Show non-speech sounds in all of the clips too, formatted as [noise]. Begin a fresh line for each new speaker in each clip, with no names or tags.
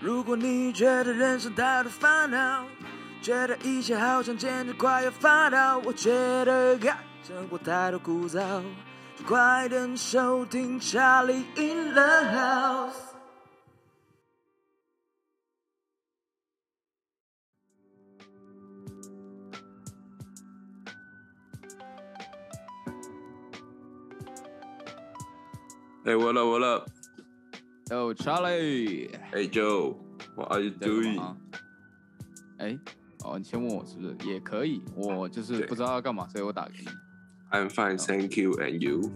如果你觉得人生太多烦恼，觉得一切好像简直快要发抖，我觉得啊生活太多枯燥，就快点收听《查理 in the house》。
Hey, what up, what up?
Yo 哦 Charlie，
Hey, Joe, what are you
你在干
doing?
嘛哎，哦，你先问我是不是也可以？我就是
对
不知道要干嘛，所以我打给你。
I'm fine, thank you. And you?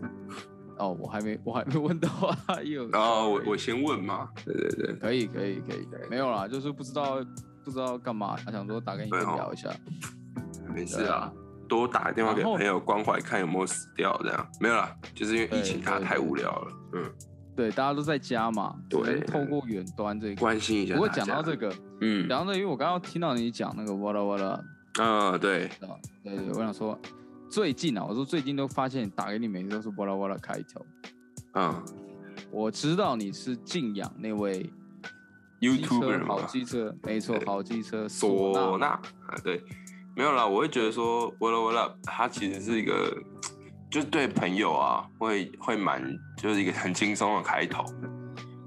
哦，我还没，我还没问到啊， [laughs] 又
哦，我我先问嘛。对对对，
可以，可以，可以，没有啦，就是不知道不知道干嘛，想说打给你
对
先
哦
聊一下。
没事
对
啦
啊，
多打电话给
然后
朋友关怀，看有没有死掉这样。没有啦，就是因为疫情，
对
大家
对
太
对
无聊了，嗯，
对，大家都在家嘛，
对
只是透过远端这个。
关心一下
不过
大家。
讲到这，个，
嗯，
讲到这个，因为我刚刚听到你讲那个哇啦哇啦，
啊，对，
啊，对对，我想说，最近啊，我说最近都发现打给你每次都是哇啦哇啦开头。
嗯
我知道你是敬仰那位机车
，YouTuber
好
嘛，
机车，没错，好机车
唢
唢
呐
呐，
啊，对，没有啦，我会觉得说，What up, What up，它其实是一个，就是对朋友啊，会会蛮，就是一个很轻松的开头，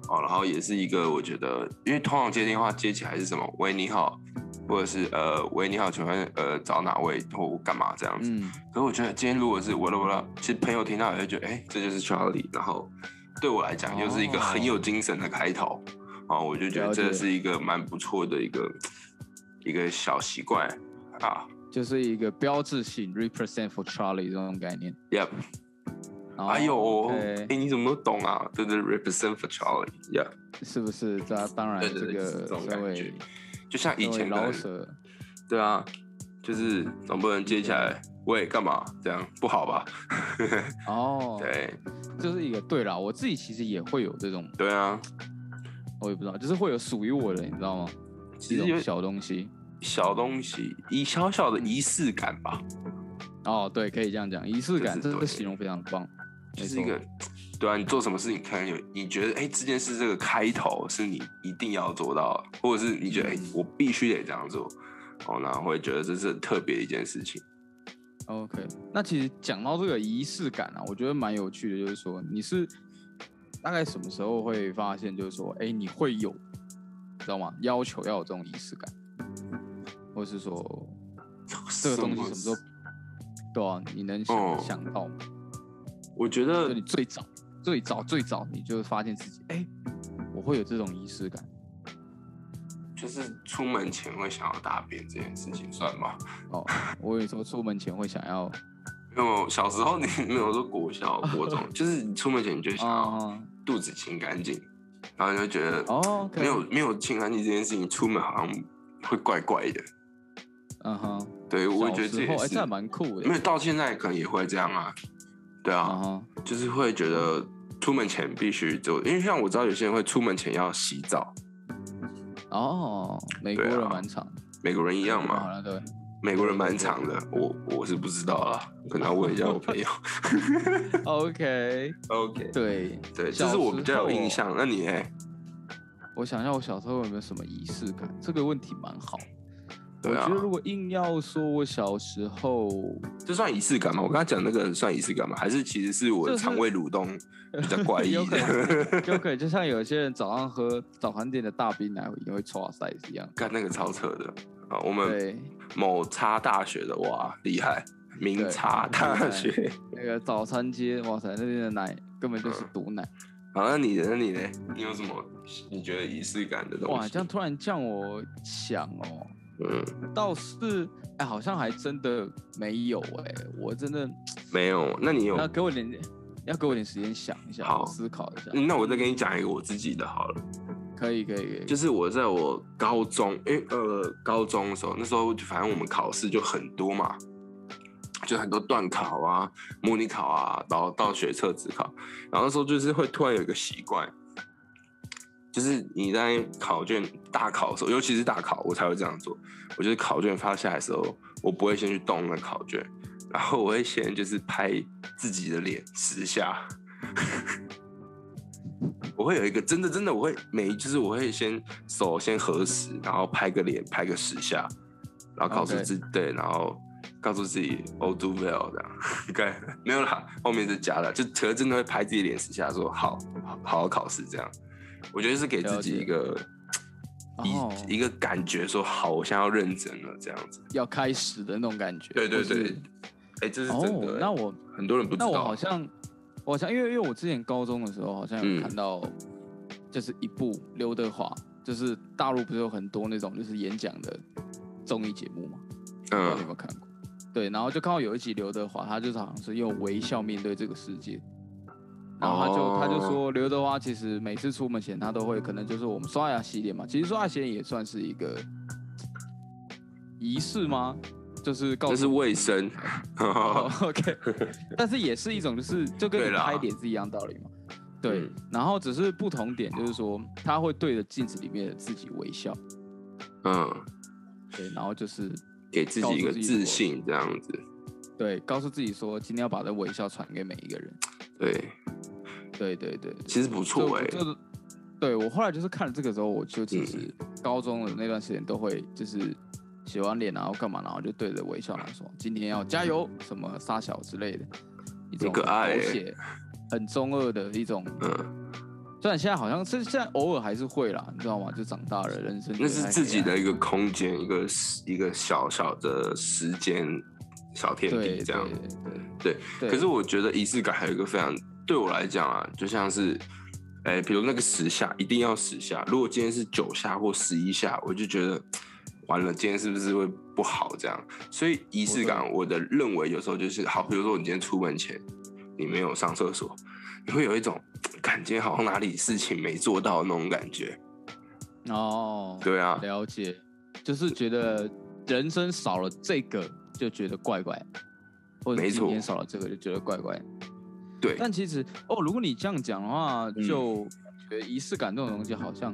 哦，然后也是一个我觉得，因为通常接电话接起来是什么，喂你好，或者是呃喂你好，请问呃找哪位或干嘛这样子，
嗯，
可是我觉得今天如果是我的我的，其实朋友听到也会觉得，哎、这就是 Charlie。然后对我来讲，又是一个
哦
很有精神的开头啊、哦我就觉得
了解
这是一个蛮不错的一个一个小习惯啊。
就是一个标志性 represent for Charlie 这种概念。
Yep，、
然后
哎呦，哎、
OK，
你怎么都懂啊？对对，represent for Charlie。Yep，
是不是？这当然
对
这
对对，是
个
这种
身
感
为
觉，就像以
身为
前的
老
人，
舍，
对啊，就是总不能接起来，喂，干嘛？这样不好吧？
哦，，
对
就是一个对啦，我自己其实也会有这种，
对啊，
我也不知道，就是会有属于我的，你知道吗？
其
一
实有
种小东西。
小东西，以小小的仪式感吧，
哦，对，可以这样讲，仪式感，
这
这
是
个
对
形容非常棒，
就
没
是一
错，
个，对啊，你做什么事情可能有，你觉得哎、这件事这个开头是你一定要做到的，或者是你觉得哎、
嗯
我必须得这样做，哦，那会觉得这是很特别的一件事情。
OK，那其实讲到这个仪式感啊，我觉得蛮有趣的，就是说你是大概什么时候会发现，就是说，哎、你会有，知道吗？要求要有这种仪式感，或是说这个东西什么时候？对啊，你能想、
哦
想到吗？
我觉
就
得
你最早、最早、最早，你就发现自己，哎、我会有这种仪式感。
就是出门前会想要大便这件事情算吗？
哦，我有时候出门前会想要
因为我小时候你没有说国小、国
[laughs]
中，就是你出门前你就想要
啊，
肚子清干净，然后你就觉得
哦，OK，
没有没有清干净这件事情，出门好像会怪怪的。
嗯哼，
对，我觉得
小
这
时候
也
哎、
是
这还蛮酷的，
没有到现在可能也会这样啊。对
嗯
啊，
哼，
就是会觉得出门前必须做，因为像我知道有些人会出门前要洗澡，
哦，美国
对啊
人蛮长，
美国人一样
好
嘛。
像对。
美国人蛮长的，我我是不知道啦，可能要问一下我朋
[laughs]
友。
OK， [laughs]
OK，
对，
对，这
小
是我比较有
时候哦
印象。那你哎，
我想一下，我小时候有没有什么仪式感？这个问题蛮好。
对
我
啊
觉，得如果硬要说，我小时候
这算仪式感吗？我刚刚讲那个算仪式感吗？还是其实是我的
就是
肠胃蠕动比较怪异
[laughs] 有可
的？ [laughs]
能，有可能就像有些人早上喝早餐店的大冰奶也会搓塞一样。
干那个超扯的啊！我们
对，
某差大学的哇，厉害，名
对
差大学。
那个早餐街，哇塞，那边的奶根本
嗯
就是毒奶。
好，那你呢？你呢？你有什么你觉得仪式感的东西？
哇，这样突然叫我想哦，
嗯，
倒是哎，好像还真的没有哎，我真的。
没有。那你有？
要给我点，要给我点时间想一下，
好
思考一下。
嗯那我再跟你讲一个我自己的好了，
可以，可以，可以。
就是是我在我高中，因为呃高中的时候，那时候就反正我们考试就很多嘛，就很多段考啊、模拟考啊，然后到学测、职考，然后那时候就是会突然有一个习惯，就是你在考卷大考的时候，尤其是大考，我才会这样做。我就是考卷发下来的时候，我不会先去动那考卷，然后我会先就是拍自己的脸十下，我会有一个真的真的我会每就是我会先手先合十，然后拍个脸拍个十下，然后告诉
OK
自己对，然后告诉自己 o do well 这样，该没有啦，后面是假的，就可能真的会拍自己脸十下说好好好好考试这样，我觉得是给自己
了解
一个。一、
哦
一个感觉说好，我现在要认真了，这样子。
要开始的那种感觉。
对对
或是
对，哎、这是真的、
哦，那我
很多人不知
那
道。
我好像，我好像因为因为我之前高中的时候好像
嗯
有看到，就是一部刘德华，就是大陆不是有很多那种就是演讲的综艺节目嘛，不哦知道你有没
嗯
有看过？对，然后就看到有一集刘德华，他就是好像是用微笑面对这个世界。然后他就、
哦
他就说，刘德华其实每次出门前，他都会可能就是我们刷牙洗脸嘛。其实刷牙洗脸也算是一个仪式吗？就是告
这
诉
是卫
[laughs]
生，
哦 OK，但是也是一种，就是就跟
对
你
啦
拍脸是一样道理嘛。对，
嗯
然后只是不同点就是说，他会对着镜子里面的自己微笑，
嗯，
对，然后就是
给自己一个自信，这样子，
对，告诉自己说今天要把这微笑传给每一个人。
对，
对对对，对
其实不
就
错哎、
就是对我后来就是看了这个之后，我就其实
嗯
高中的那段时间都会就是洗完脸然后干嘛，然后就对着微笑来说今天要加油什么撒小之类的，一种
可爱
很
欸
狗血、很中二的一种。
嗯，
虽然现在好像是现在偶尔还是会啦，你知道吗？就长大了，人生
那是自己
就太黑暗
的一个空间，一个一个小小的时间小天
对
地这样。
对对。
可是我觉得仪式感还有一个非常，对我来讲啊，就像是，哎、比如那个十下一定要十下，如果今天是九下或十一下，我就觉得完了，今天是不是会不好这样？所以仪式感，我的认为有时候就是好，比如说你今天出门前你没有上厕所，你会有一种感觉好像哪里事情没做到那种感觉。
哦，
对啊，
了解，就是觉得人生少了这个就觉得怪怪，或者
没错
今天少了这个就觉得怪怪。
对，
但其实哦，如果你这样讲的话，
嗯
就觉得仪式感这种东西好像，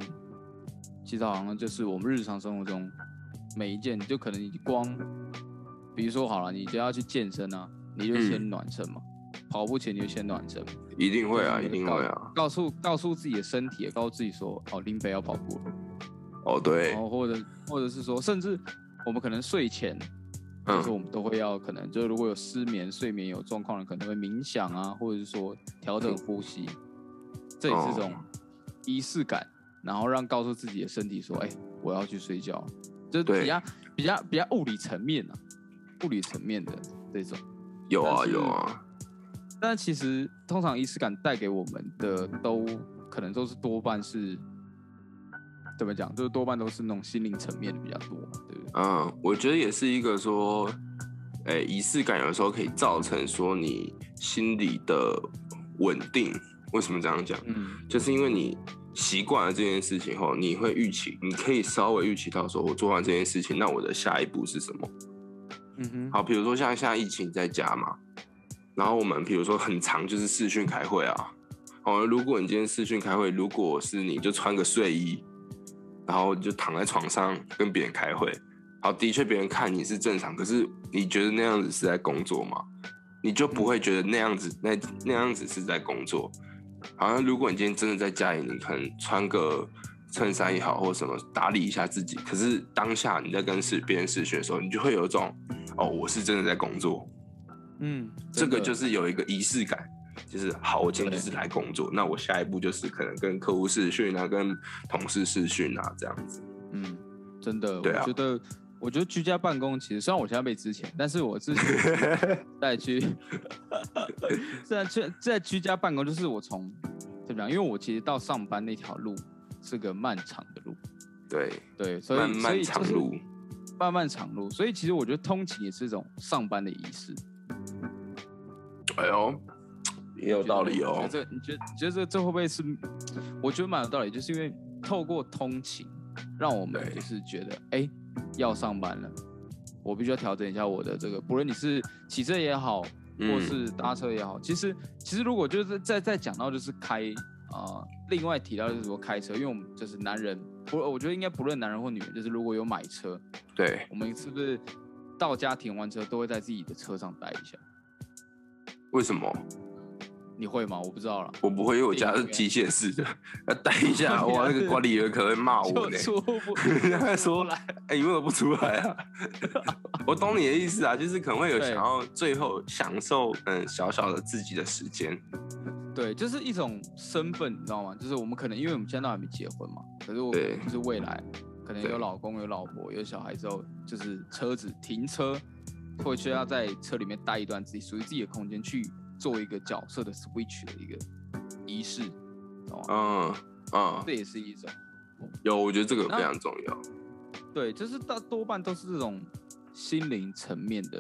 其实好像就是我们日常生活中每一件，就可能你光，比如说好了，你就要去健身啊，你就先
嗯
暖身嘛，跑步前你就先暖身嘛，
一定会啊，
就是
一定
告
会啊。
告诉告诉自己的身体，也告诉自己说，哦，林北要跑步了。
哦，对
然，后或者或者是说，甚至我们可能睡前，就是
嗯，
我们都会要可能就是如果有失眠、睡眠有状况的，可能会冥想啊，或者是说调整呼吸，这也是一种
哦
仪式感，然后让告诉自己的身体说，哎、我要去睡觉，就是
对
比较比较比较物理层面啊，物理层面的这种。
有啊
但是
有啊，
但其实通常仪式感带给我们的都可能都是多半是。怎么讲？就是多半都是那种心灵层面的比较多嘛，对不对？
嗯，我觉得也是一个说，诶、仪式感有时候可以造成说你心里的稳定。为什么这样讲？
嗯，
就是因为你习惯了这件事情后，你会预期，你可以稍微预期到说，我做完这件事情，那我的下一步是什么？
嗯哼，
好，比如说像现在疫情在家嘛，然后我们比如说很长就是视讯开会啊，哦，如果你今天视讯开会，如果是你就穿个睡衣，然后就躺在床上跟别人开会，好，的确别人看你是正常，可是你觉得那样子是在工作吗？你就不会觉得那样子那那样子是在工作。好像如果你今天真的在家里，你可能穿个衬衫也好，或什么打理一下自己，可是当下你在跟视别人视讯的时候，你就会有一种哦，我是真的在工作，
嗯，
这个
真的
就是有一个仪式感，就是好，我今天就是来工作，那我下一步就是可能跟客户视讯啊，跟同事视讯啊，这样子。
嗯，真的，
对啊
我觉得，我觉得居家办公其实虽然我现在被之前，但是我之
[laughs]
前在去，虽然去在居家办公，就是我从怎么讲，因为我其实到上班那条路是个漫长的路，
对，
对，所以
漫漫长，
所以
路
就，是漫漫长路，所以其实我觉得通勤也是一种上班的仪式，
哎呦，也有道理哦
你。觉得这你觉得你觉得这这会不会是？我觉得蛮有道理，就是因为透过通勤，让我们
对
就是觉得，哎、要上班了，我必须要调整一下我的这个，不论你是骑车也好，或
嗯
是搭车也好，其实其实如果就是再再讲到就是开啊、呃另外提到就是说开车，因为我们就是男人，不，我觉得应该不论男人或女人，就是如果有买车，
对，
我们是不是到家停完车都会在自己的车上待一下，
为什么？
你会吗？我不知道了。
我不会，因为我家是机械式的，要待一下，哇，那个管理员可能会骂我
就
嘞。
出
[laughs]
不
他会说：“哎、你为什么不出来啊？” [laughs] 我懂你的意思啊，就是可能会有
对
想要最后享受嗯小小的自己的时间，
对，就是一种身份，你知道吗？就是我们可能因为我们现在都还没结婚嘛，可是我
对
就是未来可能
对
有老公、有老婆、有小孩之后，就是车子停车，会需要在车里面待一段自己属于自己的空间，去做一个角色的 switch 的一个仪式，你知道吗？
嗯嗯
这，也是一种
有，我觉得这个
那
非常重要。
对，就是大多半都是这种心灵层面的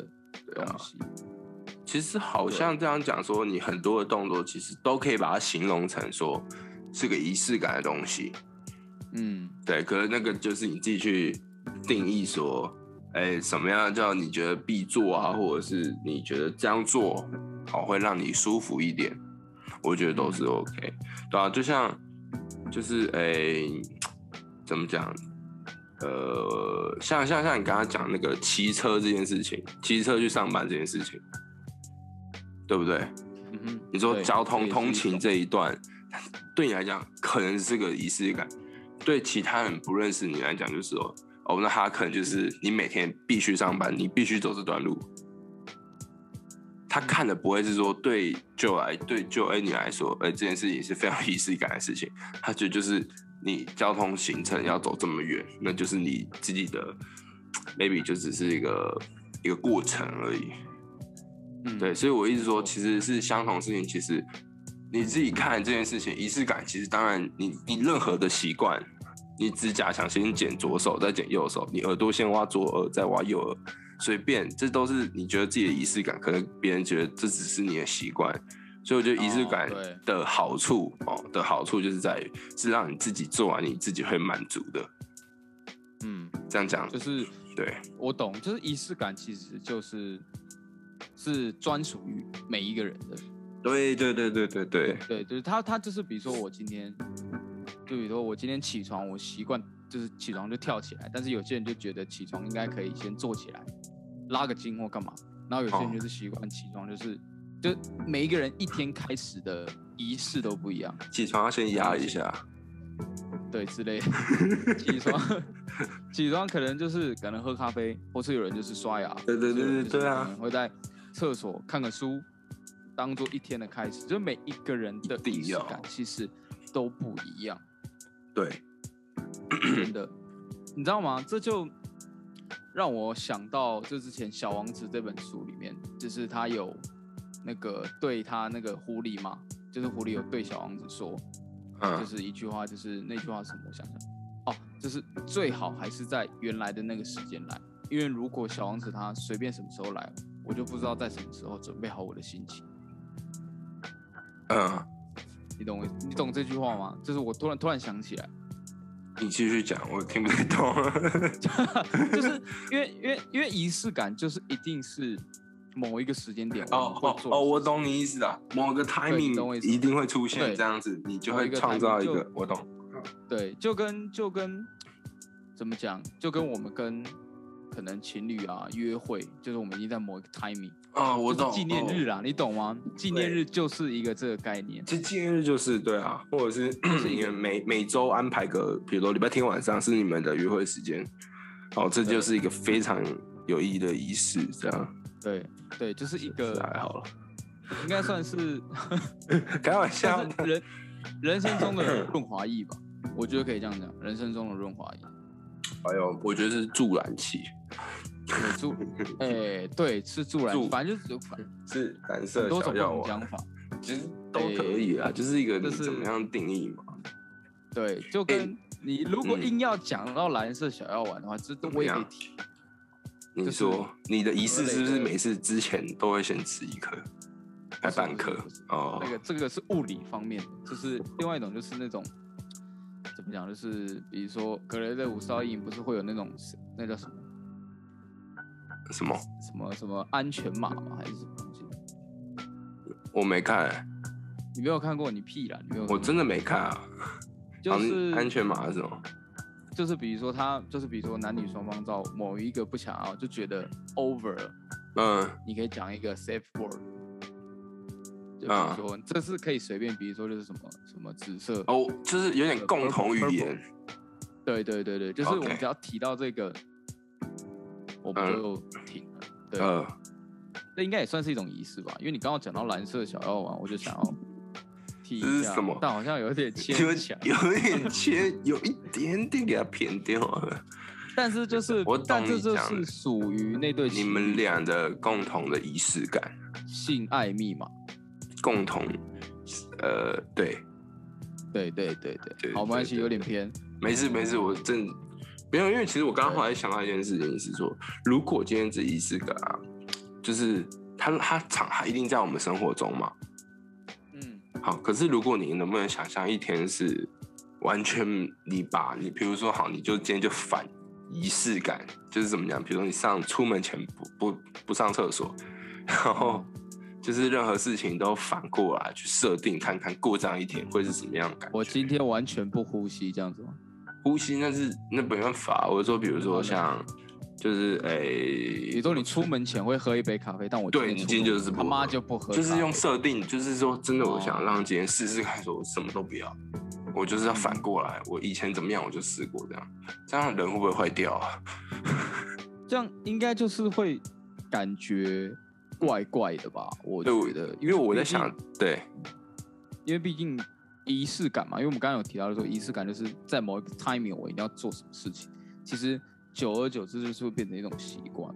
啊
东西。
其实好像这样讲说，你很多的动作其实都可以把它形容成说是个仪式感的东西。
嗯，
对，可能那个就是你自己去定义说，哎，什么样叫你觉得必做啊，或者是你觉得这样做好、会让你舒服一点，我觉得都是 OK，、对啊，就像就是哎，怎么讲？呃，像像像你刚刚讲那个骑车这件事情，骑车去上班这件事情，对不对？
嗯哼，
你说
对
交通通勤，
也是一种
这一段，对你来讲可能是个仪式感，对其他人不认识你来讲，就是说，哦，那他可能就是你每天必须上班，你必须走这段路。他看的不会是说对就来对就哎你来说，哎这件事情是非常 [laughs] 有仪式感的事情，他觉得就是你交通行程要走这么远，那就是你自己的 maybe 就只是一个一个过程而已。
嗯，
对，所以我一直说，
没错
其实是相同的事情，其实你自己看这件事情，仪式感，其实当然你你任何的习惯，你指甲想先剪左手，再剪右手，你耳朵先挖左耳，再挖右耳，随便，这都是你觉得自己的仪式感，可能别人觉得这只是你的习惯。所以我觉得仪式
哦
感
对
的好处哦的好处就是在于是让你自己做完，你自己会满足的。
嗯，
这样讲
就是
对，
我懂，就是仪式感，其实就是是专属于每一个人的。
对对对对对对，
对，就是他，他就是比如说我今天，就比如说我今天起床，我习惯就是起床就跳起来，但是有些人就觉得起床应该可以先坐起来，拉个筋或干嘛，然后有些人
哦
就是习惯起床就是，就每一个人一天开始的仪式都不一样。
起床要先压一下，
对之类的。
[laughs]
起床，起床可能就是可能喝咖啡，或是有人就是刷牙。
对对对
或是有人就是
对对啊
可能会在厕所看个书，当做一天的开始。就每一个人的
一定
仪式
要
感其实都不一样，
对，
真的，你知道吗？这就让我想到，就之前《小王子》这本书里面，就是他有那个对他那个狐狸嘛，就是狐狸有对小王子说，
嗯，
就是一句话，就是那句话是什么？我想想，哦，就是最好还是在原来的那个时间来，因为如果小王子他随便什么时候来，我就不知道在什么时候准备好我的心情。
嗯。
你懂我，你懂这句话吗？就是我突然突然想起来，
你继续讲，我听不太懂。
就是因为因为因为仪式感就是一定是某一个时间点我们
哦
会
哦
做
哦， [laughs] 我
的事情
懂你意思了，某个
你懂我
timing
意思吗
一定会出现
对
这样子，你就
某一
会
个
创造
timing
一个
就。
我懂，
对，就跟就跟怎么讲，就跟我们跟可能情侣啊约会，就是我们已经在某一个 timing。
哦，我
就是
懂。
纪念日
啊，
啦，你懂吗？纪念日就是一个这个概念，
其实纪念日就是对啊，或者是你们每每周安排个，比如说礼拜天晚上是你们的约会时间，哦，这
对
就是一个非常有意义的仪式，这样
对对，就是一
是啊
个
还好了，
应该
[laughs]
算是
开玩笑
算。是人人生中的润滑液吧，我觉得可以这样讲，人生中的润滑液。
哎呦，我觉得是助燃器，[laughs]
对助，哎、对，是助燃
助，
反正就是有很
是蓝色
多
小
种不
药
同
丸，
讲法。
其实都可以啊，就是一个你
这是
怎么样定义嘛。
对，就跟你如果
哎嗯
硬要讲到蓝色小药丸的话，这都我也可
怎么
以
样
提。
你
就是
说你的仪式是不
之
是
类的
每次之前都会先吃一颗，还
不是
半
不是
颗
不是？
哦
那，个这个是物理方面的，就是另外一种就是那种怎么讲，就是比如说格雷的五十道阴影不是会有那种那叫什么
什么？
什么什么安全码吗？还是什么东西？
我没看，欸
你没有看过，你屁啦！你没有看
我
过，
真的没看啊。
就是
安安全码是什么？
就是比如说他就是比如说男女双方到某一个不想要就觉得 over 了，
嗯
你可以讲一个 safe word，就比如说、这是可以随便，比如说就是什么什么紫色
哦，就是有点共同语言，
对对对对，就是我
OK 嗯
们只要提到这个我们就停了。对，
呃，
那应该也算是一种仪式吧，因为你刚刚讲到蓝色小药丸，我就想要提
这是
一下，
什么
但好像有点
[laughs]
牵
有
强。
有点切，有一点点给它偏掉了。
[laughs] 但是就是，
我懂
但
你
这就
讲
是
的
属于那对
你
情
们
侣
俩的共同的仪式感，
性爱密码。
共同，呃，对，
对对对对，
对
好，没关
对
系，
对
有点偏。
没事没事，我正没有，因为其实我刚刚后来想到一件事情是说，如果今天这仪式感啊，就是它它常它一定在我们生活中嘛。
嗯，
好，可是如果你能不能想象一天是完全你把你，比如说好，你就今天就反仪式感，就是怎么讲？比如说你上出门前不不不上厕所，然后就是任何事情都反过来去设定看看过这样一天会是什么样的感觉。
我今天完全不呼吸，这样子吗？
呼吸那是那没办法，我说比如说像就是哎诶，
比如说你出门前会喝一杯咖啡，但我
对
出
你今天
门
就是不
他妈
喝
就不喝咖啡，
就是用设定，就是说真的，
哦
我想让今天试试看，说我什么都不要，我就是要
嗯
反过来，我以前怎么样我就试过这样，这样人会不会坏掉啊？
这样应该就是会感觉怪怪的吧？我
对，我
觉得，
因为我在
毕竟
想，，对，
因为毕竟仪式感嘛，因为我们刚刚有提到说仪式感就是在某一个 timing 我一定要做什么事情，其实久而久之就是会变成一种习惯。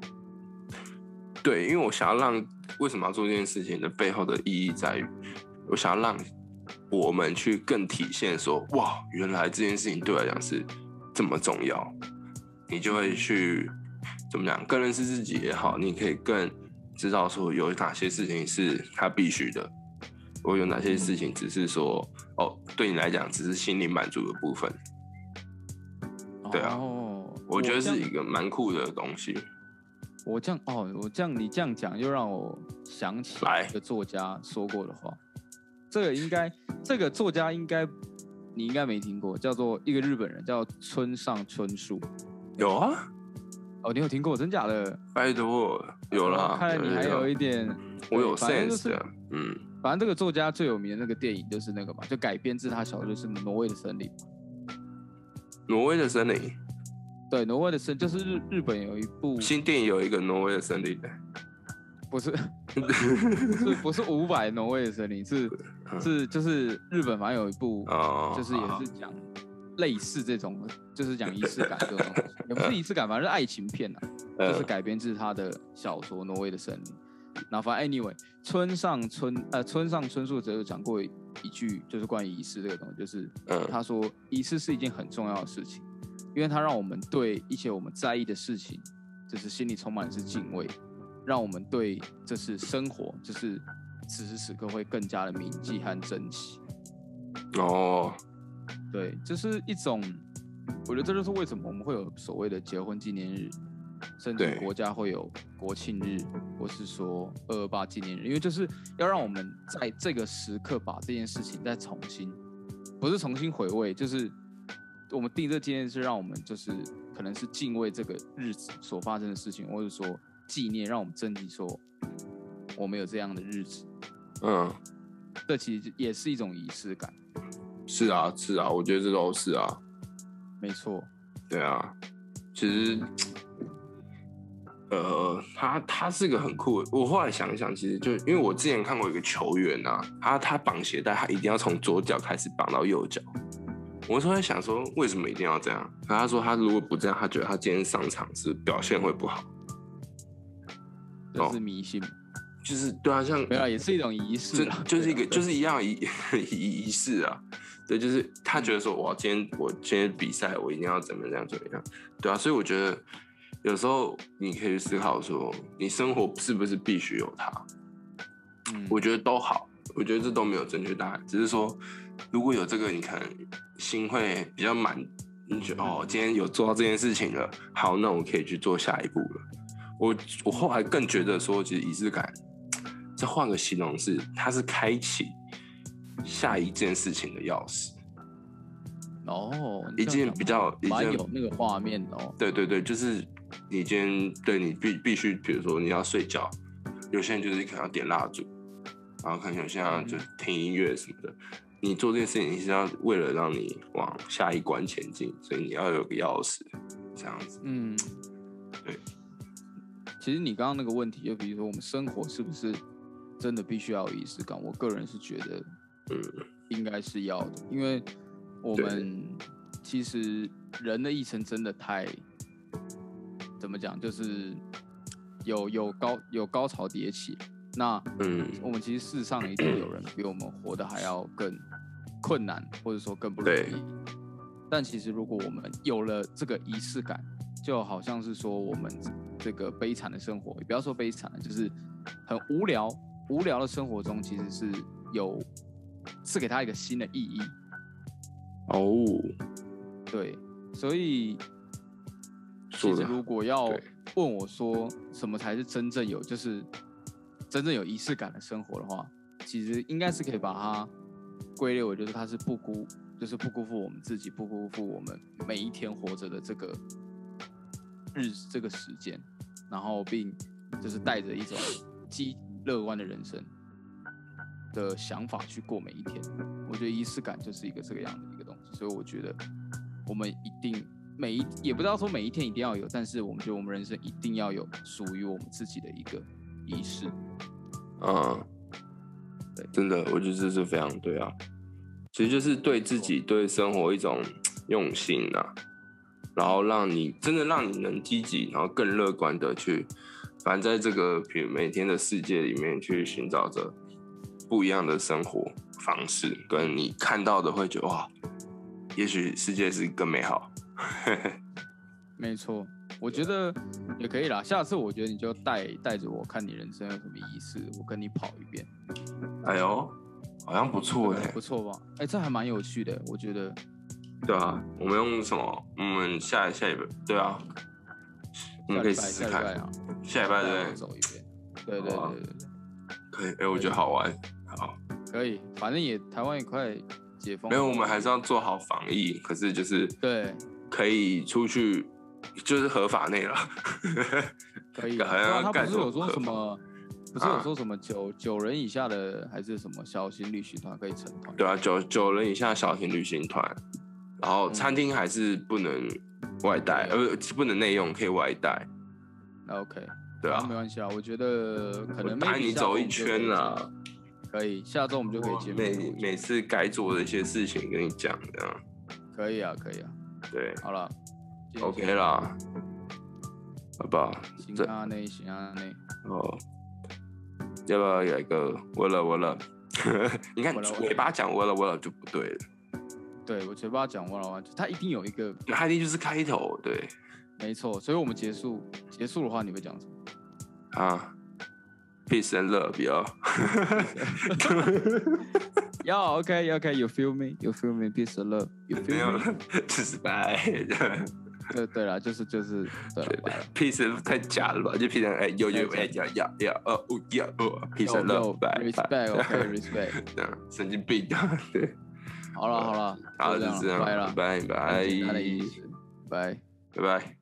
对，因为我想要让为什么要做这件事情的背后的意义在于，我想要让我们去更体现说，哇，原来这件事情对我来讲是这么重要，你就会去怎么讲，更认识自己也好，你可以更知道说有哪些事情是它必须的，我有哪些事情只是说，哦，对你来讲只是心灵满足的部分，对啊
哦，
我觉得
这
是
样
一个蛮酷的东西。
我这样哦，我这样你这样讲，又让我想起
来
一个作家说过的话。这个应该，这个作家应该你应该没听过，叫做一个日本人叫村上春树。
有啊，
哦，你有听过？真假的？
拜托，有啦，
啊看来你还有一点，
我有
对反正就
sense
是
的，嗯，
反正这个作家最有名的那个电影就是那个嘛，就改编自他小说，就是《挪威的森林》。
挪威的森林，
对，《挪威的森》就是日日本有一部，
新电影有一个挪威的森林的，[laughs]
不是是不是五百挪威的森林，是
[laughs] 嗯
是就是日本反正有一部
哦，
就是也是讲类似这种，就是讲仪式感这种东西，也不是仪式感，反正是爱情片啊，
嗯
就是改编自他的小说《挪威的森林》。然后反正 anyway，村上春呃村上春树则有讲过一句，就是关于仪式这个东西，就是
嗯
他说仪式是一件很重要的事情，因为它让我们对一些我们在意的事情，就是心里充满的是敬畏，让我们对就是生活就是此时此刻会更加的铭记和珍惜。
哦，
对，就是一种，我觉得这就是为什么我们会有所谓的结婚纪念日，甚至
对
国家会有国庆日，或是说二二八纪念日，因为就是要让我们在这个时刻把这件事情再重新，不是重新回味，就是我们定这个纪念日，让我们就是可能是敬畏这个日子所发生的事情，或者说纪念，让我们珍惜说我们有这样的日子，
嗯，
这其实也是一种仪式感，
是啊，是啊，我觉得这都是啊，
没错。
对啊，其实，呃，他他是个很酷的，我后来想一想，其实就因为我之前看过一个球员啊，他他绑鞋带，他一定要从左脚开始绑到右脚。我说在想说，为什么一定要这样？然后他说他如果不这样，他觉得他今天上场是表现会不好。
这
哦
是迷信嘛，
就是对啊，像
没有啊，也是一种仪式
这
啦，
就是一
对
个
啊
就是一样仪 [laughs] 仪仪式啊，对，就是他觉得说，哇，今天我今天比赛，我一定要怎么样怎么样，对啊，所以我觉得有时候你可以思考说，你生活是不是必须有它？
嗯
我觉得都好，我觉得这都没有正确答案，只是说如果有这个，你可能心会比较满，你觉得哦，今天有做到这件事情了，好，那我可以去做下一步了。我我后来更觉得说，其实仪式感，再换个形容是，它是开启下一件事情的钥匙。
哦，
一件比较一
蛮
件
有那个画面的哦。
对对对，就是你今天对你必必须，比如说你要睡觉，有些人就是可能要点蜡烛，然后可能有些人就
嗯
听音乐什么的。你做这件事情是要为了让你往下一关前进，所以你要有个钥匙，这样子。
嗯，
对。
其实你刚刚那个问题，就比如说我们生活是不是真的必须要有仪式感？我个人是觉得
嗯，
应该是要的，因为我
对
们其实人的一生真的太怎么讲，就是有有高有高潮迭起。那
嗯
我们其实世上一定有人比我们活得还要更困难，或者说更不容
对
易。但其实如果我们有了这个仪式感，就好像是说我们这个悲惨的生活，也不要说悲惨，就是很无聊无聊的生活中，其实是有是给他一个新的意义。
哦，
对，所以其
说
实
得
如果要
对
问我说什么才是真正有，就是真正有仪式感的生活的话，其实应该是可以把它归类为，就是它是不辜，就是不辜负我们自己，不辜负我们每一天活着的这个日子这个时间，然后并就是带着一种积极乐观的人生的想法去过每一天。我觉得仪式感就是一个这个样的一个东西，所以我觉得我们一定每一也不知道说每一天一定要有，但是我们觉得我们人生一定要有属于我们自己的一个仪式。
嗯，
对
真的，我觉得这是非常对啊。其实就是对自己、对生活一种用心啊，然后让你真的让你能积极，然后更乐观的去，反正在这个比如每天的世界里面去寻找着不一样的生活方式，跟你看到的会觉得哇，也许世界是更美好。
没错，我觉得也可以啦。下次我觉得你就带带着我看你人生有什么仪式，我跟你跑一遍，
哎呦，好像不错哎、
对不错吧？哎、这还蛮有趣的，我觉得。
对啊，我们用什么？我们下下一本，对啊，我们可以试试
下礼拜下礼拜
看。
啊，
下礼拜
带
对
我
不对，
走一遍。对对
好啊
对对对，
可以。哎，我觉得好玩。好，
可以，反正也台湾也快解封
没
了，
有，我们还是要做好防疫，可是就是
对，
可以出去，就是合法内了。
可以。
好像
对啊
要
他
干什
不是
么
有说
合
什
法 [laughs]
么？不是有
啊
说什么九九人以下的还是什么小型旅行团可以成团？
[laughs] 对啊，九九人以下小型旅行团，然后餐厅还是不能外带，
嗯
呃，不能内用，可以外带。
那 OK，
对
那
啊
没，关系啊，我觉得可
我
能
带
maybe
你
下周
走
我
一
们就可以
圈啊
见
啦
面，可以，下周我们就可以见面
每
了。我觉
每次该做的一些事情跟你讲，这样
得可以啊，可以啊，
对
好了今天
，OK 啦，好吧，
行啊内，行啊内，
哦，要不要有一个我了我了？ [laughs] 你看
我了我了
尾巴讲我了我了就不对了，
对我嘴巴讲完了完，他一定有一个
它一定就是开头对
没错，所以我们结束结束的话，你会讲什么？
啊，peace and love
[laughs]
哟。
要 OK OK you feel me you feel me peace and love you
没有
feel
了
me ，
就是拜
对对了，就是就是对了，拜了。
，peace 太假了吧？就 peace and- 哎有有
太
哎要要要哦哦要哦，peace and
Yo,
love
yo,
拜
respect
拜
OK respect，
[laughs] 这样神经病啊对，
好了好了，
好
就
就这样
拜
了，
了，
拜拜
很简单的意思拜。
拜拜。